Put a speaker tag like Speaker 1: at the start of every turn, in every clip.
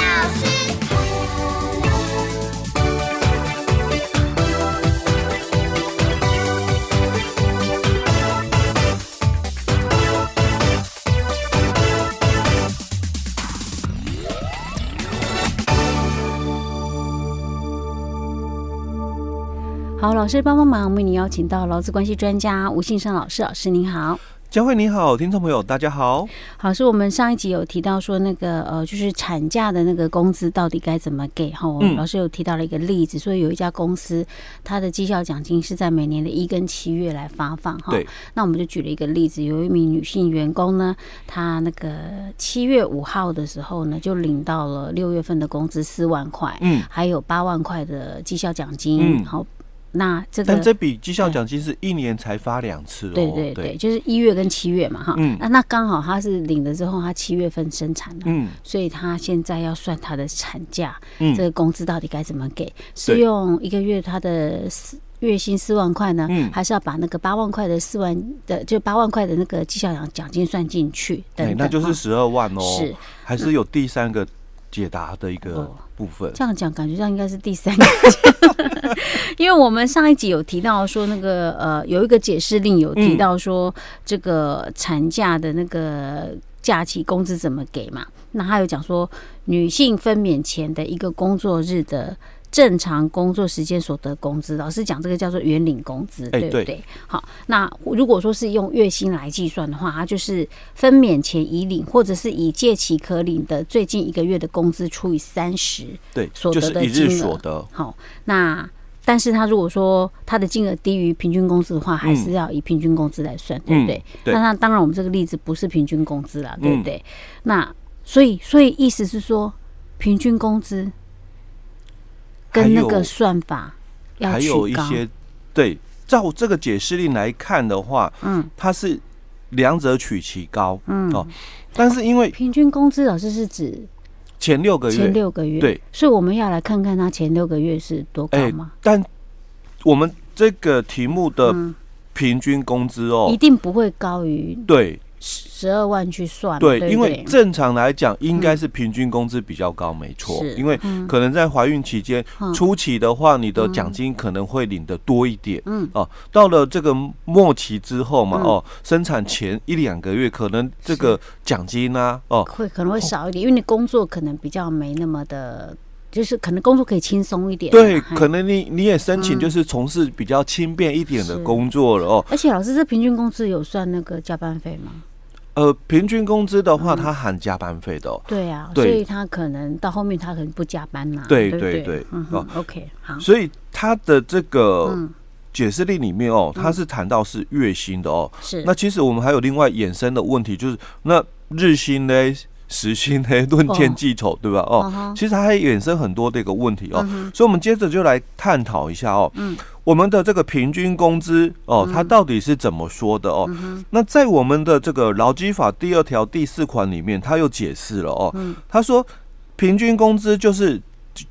Speaker 1: 老师。
Speaker 2: 好，老师帮帮忙，为您邀请到劳资关系专家吴信生老师。老师您好，
Speaker 3: 佳慧你好，听众朋友大家好。
Speaker 2: 好，是我们上一集有提到说那个呃，就是产假的那个工资到底该怎么给哈、
Speaker 3: 嗯
Speaker 2: 老师有提到了一个例子，说有一家公司它的绩效奖金是在每年的一跟七月来发放哈。
Speaker 3: 对，
Speaker 2: 那我们就举了一个例子，有一名女性员工呢，她那个七月五号的时候呢，就领到了六月份的工资四万块，
Speaker 3: 嗯，
Speaker 2: 还有八万块的绩效奖
Speaker 3: 嗯
Speaker 2: 金。好、那这个
Speaker 3: 但这笔绩效奖金是一年才发两次哦。
Speaker 2: 对对对，，就是一月跟七月嘛哈。
Speaker 3: 嗯
Speaker 2: 那那刚好她是领了之后，她七月份生产了。
Speaker 3: 嗯
Speaker 2: 所以她现在要算她的产假，这
Speaker 3: 嗯，
Speaker 2: 个工资到底该怎么给？是
Speaker 3: 对
Speaker 2: 用一个月她的四月薪四万块呢，
Speaker 3: 嗯
Speaker 2: 还是要把那个八万块的四万的就八万块的那个绩效奖奖金算进去？等
Speaker 3: 哎，
Speaker 2: 等，
Speaker 3: 那就是
Speaker 2: 哈
Speaker 3: 十二万哦。
Speaker 2: 是，
Speaker 3: 还是有第三个解答的一个
Speaker 2: 哦
Speaker 3: 部分。
Speaker 2: 这样讲，感觉上应该是第三个， 因为我们上一集有提到说那个呃，有一个解释令有提到说这个产假的那个假期工资怎么给嘛，那他有讲说女性分娩前的一个工作日的。正常工作时间所得工资，老师讲这个叫做原领工资，
Speaker 3: 哎
Speaker 2: 对不
Speaker 3: 对
Speaker 2: 对？好，那如果说是用月薪来计算的话，它就是分娩前已领，或者是以借期可领的最近一个月的工资除以三十，
Speaker 3: 对，
Speaker 2: 所
Speaker 3: 就
Speaker 2: 得
Speaker 3: 是
Speaker 2: 的
Speaker 3: 一日
Speaker 2: 金
Speaker 3: 所
Speaker 2: 额。
Speaker 3: 得。
Speaker 2: 好，那但是他如果说他的金额低于平均工资的话，还是要以平均工资来算，对不对？
Speaker 3: 嗯对
Speaker 2: 那那当然，我们这个例子不是平均工资啦，对不
Speaker 3: 嗯
Speaker 2: 对？那所以所以意思是说，平均工资跟那
Speaker 3: 还
Speaker 2: 个
Speaker 3: 有
Speaker 2: 算法要
Speaker 3: 还
Speaker 2: 去
Speaker 3: 有一
Speaker 2: 高，
Speaker 3: 些，对，照这个解释令来看的话，
Speaker 2: 嗯
Speaker 3: 它是两者取其高。
Speaker 2: 嗯，
Speaker 3: 哦但是因为
Speaker 2: 平均工资老师是指
Speaker 3: 前六个
Speaker 2: 前
Speaker 3: 月，
Speaker 2: 六个月，
Speaker 3: 对，
Speaker 2: 所以我们要来看看他前六个月是多高
Speaker 3: 哎
Speaker 2: 吗？
Speaker 3: 但我们这个题目的
Speaker 2: 嗯，
Speaker 3: 平均工资哦
Speaker 2: 一，定不会高于
Speaker 3: 对，
Speaker 2: 十二万去算嘛，
Speaker 3: 对
Speaker 2: 啊对，不
Speaker 3: 因为
Speaker 2: 对
Speaker 3: 正常来讲，应该是平均工资比较高，没错
Speaker 2: 是。
Speaker 3: 因为
Speaker 2: 嗯
Speaker 3: 可能在怀孕期间
Speaker 2: 嗯
Speaker 3: 初期的话，你的奖金可能会领的多一点。
Speaker 2: 嗯
Speaker 3: 哦，到了这个末期之后嘛，
Speaker 2: 嗯
Speaker 3: 哦，生产前一两个月，可能这个奖金呢，哦，
Speaker 2: 会可能会少一点，因为你工作可能比较没那么的，就是可能工作可以轻松一点嘛。
Speaker 3: 对，
Speaker 2: 啊嘿
Speaker 3: 可能你你也申请
Speaker 2: 嗯
Speaker 3: 就是从事比较轻便一点的
Speaker 2: 是
Speaker 3: 工作了哦。
Speaker 2: 而且老师，这平均工资有算那个加班费吗？
Speaker 3: 呃，平均工资的话，
Speaker 2: 嗯
Speaker 3: 它含加班费的哦。
Speaker 2: 对啊，
Speaker 3: 对
Speaker 2: 所以他可能到后面他可能不加班啦、
Speaker 3: 对
Speaker 2: 对不
Speaker 3: 对
Speaker 2: 对
Speaker 3: 对，
Speaker 2: 嗯哼
Speaker 3: 哦
Speaker 2: ，OK，好，
Speaker 3: 所以它的这个
Speaker 2: 嗯，
Speaker 3: 解释令里面哦，它是谈到是月薪的哦。
Speaker 2: 是
Speaker 3: 那其实我们还有另外衍生的问题，就是那日薪嘞、时薪嘞、 论件计酬，对吧？哦，
Speaker 2: 哦
Speaker 3: 其实它还衍生很多的一个问题哦。
Speaker 2: 嗯哼
Speaker 3: 所以，我们接着就来探讨一下哦，
Speaker 2: 嗯
Speaker 3: 我们的这个平均工资哦，它到底是怎么说的
Speaker 2: 嗯
Speaker 3: 哦？那在我们的这个劳基法第二条第四款里面，它又解释了哦，
Speaker 2: 嗯
Speaker 3: 他说平均工资就是计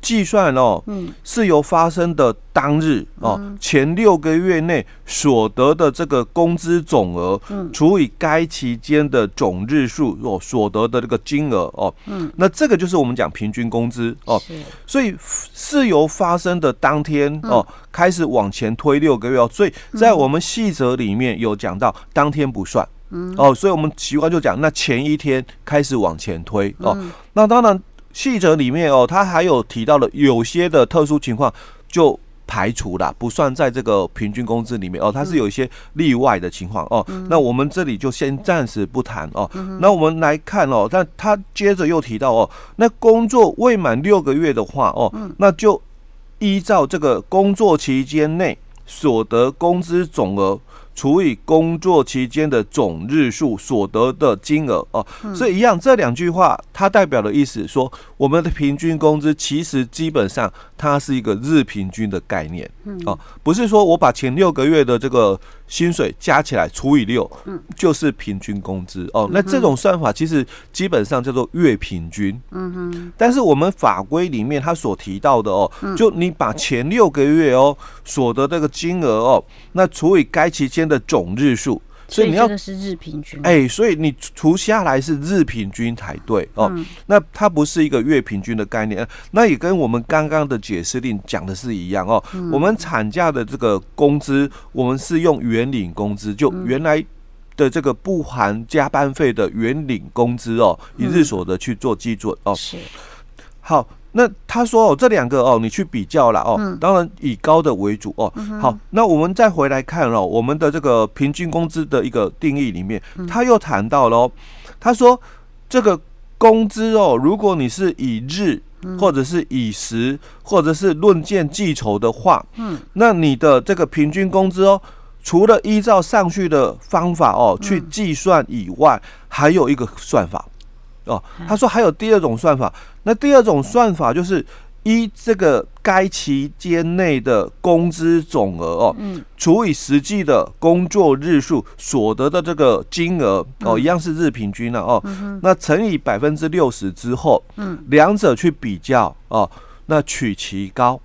Speaker 3: 计算哦，
Speaker 2: 嗯
Speaker 3: 是由发生的当日哦、前六个月内所得的这个工资总额，
Speaker 2: 嗯
Speaker 3: 除以该期间的总日数哦所得的这个金额哦，
Speaker 2: 嗯，
Speaker 3: 那这个就是我们讲平均工资哦，
Speaker 2: 是
Speaker 3: 所以是由发生的当天
Speaker 2: 嗯
Speaker 3: 哦开始往前推六个月哦，所以在我们细则里面有讲到当天不算。
Speaker 2: 嗯
Speaker 3: 哦，所以我们习惯就讲，那前一天开始往前推哦。
Speaker 2: 嗯
Speaker 3: 那当然，细则里面哦，它还有提到了有些的特殊情况就排除啦，不算在这个平均工资里面哦，它是有一些例外的情况哦。那我们这里就先暂时不谈哦。那我们来看哦，但他接着又提到哦，那工作未满六个月的话哦，那就依照这个工作期间内所得工资总额除以工作期间的总日数所得的金额哦。所以一样，这两句话它代表的意思说，我们的平均工资其实基本上它是一个日平均的概念哦，不是说我把前六个月的这个薪水加起来除以六，就是平均工资哦。那这种算法其实基本上叫做月平均。但是我们法规里面它所提到的哦，就你把前六个月哦所得这个金额哦，那除以该期间的总日数，所以你要
Speaker 2: 这个是日平均。
Speaker 3: 哎、所以你除下来是日平均才对哦。那它不是一个月平均的概念，呃那也跟我们刚刚的解释令讲的是一样哦。我们产假的这个工资，我们是用原领工资，就原来。的这个不含加班费的原领工资哦，以日所得去做基准哦。
Speaker 2: 是
Speaker 3: 好，那他说哦，这两个哦，你去比较了哦，当然以高的为主哦。好，那我们再回来看哦，我们的这个平均工资的一个定义里面，他又谈到了、哦，他说这个工资哦，如果你是以日。或者是以时，或者是论件计酬的话，嗯，那你的这个平均工资哦，除了依照上去的方法哦去计算以外，还有一个算法，哦，他说还有第二种算法，那第二种算法就是依这个该期间内的工资总额哦，除以实际的工作日数所得的这个金额哦，一样是日平均了、哦，那乘以百分之六十之后，两者去比较哦，那取其高。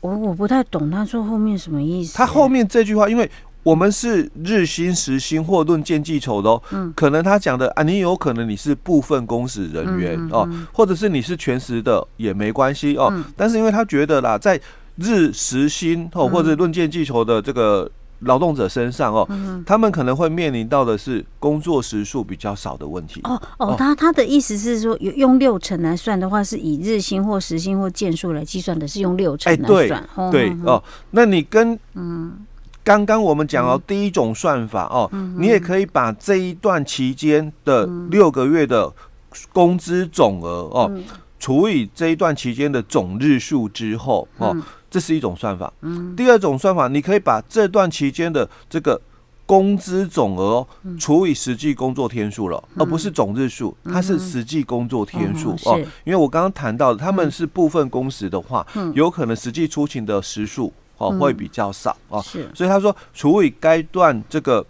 Speaker 2: 我我不太懂他说后面什么意思。
Speaker 3: 他后面这句话，因为我们是日薪、时薪或论件计酬的哦，可能他讲的啊，你有可能你是部分工时人员、哦，或者是你是全时的也没关系哦，但是因为他觉得啦，在日时薪哦或者论件计酬的这个。劳动者身上哦，他们可能会面临到的是工作时数比较少的问题。
Speaker 2: 哦哦，他他的意思是说，有用六成来算的话，是以日薪或时薪或件数来计算的，是用六成
Speaker 3: 哎，
Speaker 2: 来
Speaker 3: 对
Speaker 2: 算。哦
Speaker 3: 对
Speaker 2: 哦
Speaker 3: 哦，那你跟嗯，刚刚我们讲哦，第一种算法哦，
Speaker 2: 嗯
Speaker 3: 你也可以把这一段期间的六个月的工资总额哦，
Speaker 2: 嗯
Speaker 3: 除以这一段期间的总日数之后哦，
Speaker 2: 嗯
Speaker 3: 这是一种算法。第二种算法，你可以把这段期间的这个。工资总额哦
Speaker 2: 嗯
Speaker 3: 除以实际工作天数了，而不是总日数，它是实际工作天数
Speaker 2: 哦
Speaker 3: 哦
Speaker 2: 嗯是。
Speaker 3: 因为我刚刚谈到的，他们是部分工时的话，有可能实际出勤的时数哦会比较少哦，
Speaker 2: 是
Speaker 3: 所以他说除以该段这个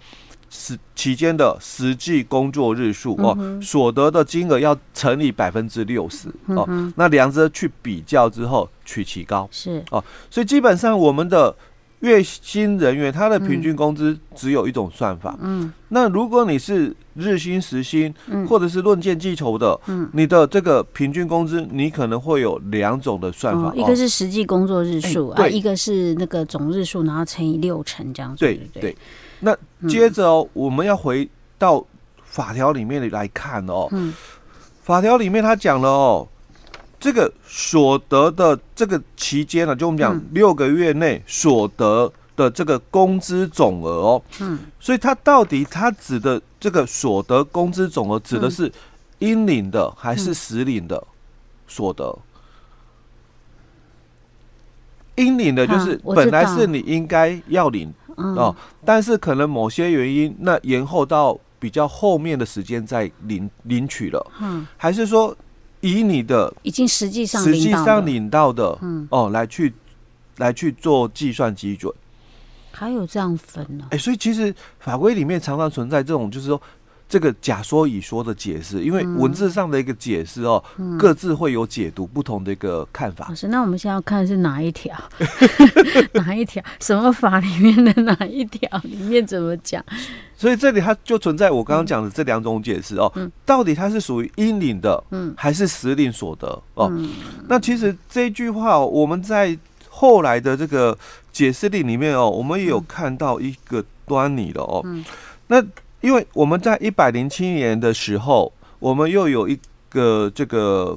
Speaker 3: 时期间的实际工作日数哦，所得的金额要乘以百分之六十哦，那两者去比较之后取其高，
Speaker 2: 是
Speaker 3: 所以基本上我们的月薪人员他的平均工资只有一种算法。
Speaker 2: 嗯，
Speaker 3: 那如果你是日薪、时薪，或者是论件计酬的，嗯，你的这个平均工资你可能会有两种的算法，
Speaker 2: 哦，一个是实际工作日数、
Speaker 3: 哎对
Speaker 2: 啊，一个是那个总日数，然后乘以六成这样子。
Speaker 3: 哦对
Speaker 2: 对嗯不
Speaker 3: 对。那接着哦，我们要回到法条里面来看哦。
Speaker 2: 嗯
Speaker 3: 法条里面他讲了哦，这个所得的这个期间呢、就我们
Speaker 2: 嗯
Speaker 3: 讲六个月内所得的这个工资总额哦。
Speaker 2: 嗯。
Speaker 3: 所以它到底它指的这个所得工资总额指的
Speaker 2: 嗯
Speaker 3: 是应领的还是实领的所得？应领的就是
Speaker 2: 啊我知
Speaker 3: 本来
Speaker 2: 道
Speaker 3: 是你应该要领
Speaker 2: 嗯、
Speaker 3: 哦，但是可能某些原因，那延后到比较后面的时间再领领取了，
Speaker 2: 嗯，
Speaker 3: 还是说以你的
Speaker 2: 已经实际上
Speaker 3: 实
Speaker 2: 领
Speaker 3: 际
Speaker 2: 到了
Speaker 3: 上领到的，
Speaker 2: 嗯，
Speaker 3: 哦，来去来去做计算基准，
Speaker 2: 还有这样分哦呢、
Speaker 3: 哎、所以其实法规里面常常存在这种，就是说。这个假说乙说的解释，因为
Speaker 2: 嗯
Speaker 3: 文字上的一个解释哦，各自会有解读不同的一个看法
Speaker 2: 老。师，那我们现在要看的是哪一条？ 哪一条？什么法里面的哪一条？里面怎么讲？
Speaker 3: 所以这里它就存在我
Speaker 2: 嗯
Speaker 3: 刚刚讲的这两种解释哦，到底它是属于阴领的，
Speaker 2: 嗯
Speaker 3: 还是实领所得哦？那其实这句话哦、我们在后来的这个解释令里面哦，我们也有看到一个端倪了哦。那因为我们在一百零七年的时候，我们又有一个这个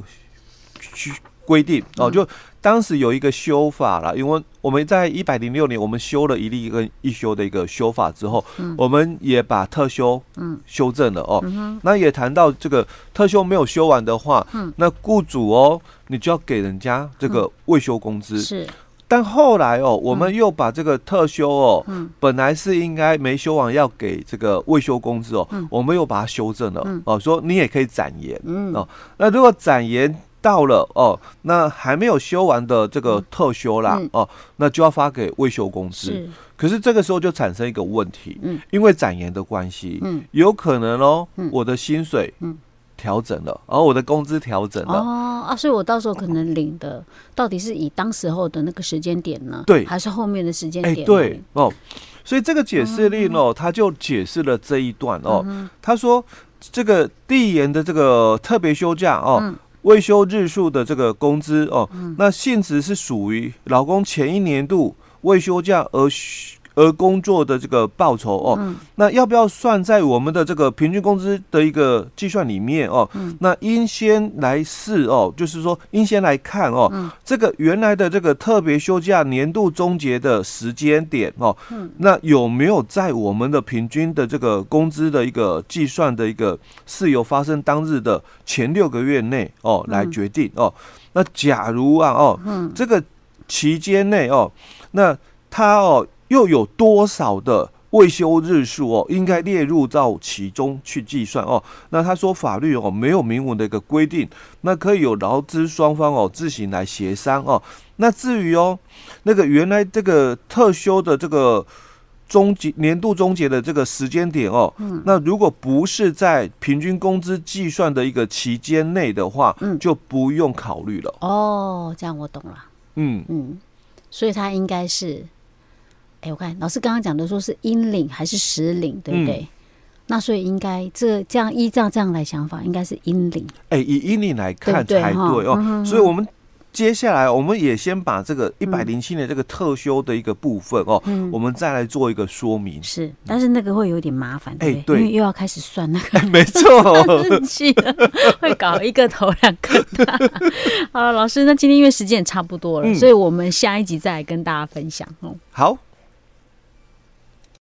Speaker 3: 规定哦，就当时有一个修法啦，因为我们在一百零六年我们修了一例跟一修的一个修法之后，我们也把特修修正了哦。那也谈到这个特休没有休完的话，那雇主哦，你就要给人家这个未休工资。
Speaker 2: 是
Speaker 3: 但后来哦，我们又把这个特休哦，
Speaker 2: 嗯
Speaker 3: 本来是应该没休完要给这个未休工资哦，我们又把它修正了、哦，说你也可以展延。
Speaker 2: 嗯
Speaker 3: 哦那如果展延到了哦，那还没有休完的这个特休啦、
Speaker 2: 嗯
Speaker 3: 哦，那就要发给未休工资。
Speaker 2: 是
Speaker 3: 可是这个时候就产生一个问题，
Speaker 2: 嗯
Speaker 3: 因为展延的关系，
Speaker 2: 嗯
Speaker 3: 有可能哦，
Speaker 2: 嗯
Speaker 3: 我的薪水，
Speaker 2: 嗯
Speaker 3: 调整了，然后我的工资调整了，
Speaker 2: 哦啊，所以我到时候可能领的到底是以当时候的那个时间点呢，
Speaker 3: 对
Speaker 2: 还是后面的时间
Speaker 3: 哎、
Speaker 2: 点呢？嗯
Speaker 3: 对哦，所以这个解释令哦，他就解释了这一段哦，他说这个递延的这个特别休假哦。
Speaker 2: 嗯
Speaker 3: 未休日数的这个工资哦，那性质是属于劳工前一年度未休假而需而工作的这个报酬哦，
Speaker 2: 嗯
Speaker 3: 那要不要算在我们的这个平均工资的一个计算里面哦？
Speaker 2: 嗯
Speaker 3: 那应先来试哦，就是说应先来看哦，这个原来的这个特别休假年度终结的时间点哦，那有没有在我们的平均的这个工资的一个计算的一个事由发生当日的前六个月内哦来决定哦？那假如啊哦，这个期间内哦，那它哦又有多少的未休日数哦，应该列入到其中去计算哦。那他说法律哦没有明文的一个规定，那可以有劳资双方哦自行来协商哦。那至于哦那个原来这个特休的这个。终结年度终结的这个时间点哦，
Speaker 2: 嗯
Speaker 3: 那如果不是在平均工资计算的一个期间内的话，
Speaker 2: 嗯
Speaker 3: 就不用考虑了。
Speaker 2: 哦，这样我懂了，
Speaker 3: 嗯，
Speaker 2: 嗯，所以他应该是，哎、我看老师刚刚讲的说是阴领还是实领，对不
Speaker 3: 嗯
Speaker 2: 对？那所以应该这这样依照这样来想法，应该是阴领，
Speaker 3: 哎、以阴历来看
Speaker 2: 对不对
Speaker 3: 才对
Speaker 2: 哈嗯
Speaker 3: 哦，所以我们接下来我们也先把这个一百零七年这个特休的一个部分哦，
Speaker 2: 嗯
Speaker 3: 我们再来做一个说 明。
Speaker 2: 是，但是那个会有点麻烦，对不
Speaker 3: 哎对
Speaker 2: 因为又要开始算那个。
Speaker 3: 哎，没错，
Speaker 2: 生气了，会搞一个头两个 大。好了，老师，那今天因为时间也差不多了，
Speaker 3: 嗯
Speaker 2: 所以我们下一集再来跟大家分享哦。
Speaker 3: 好，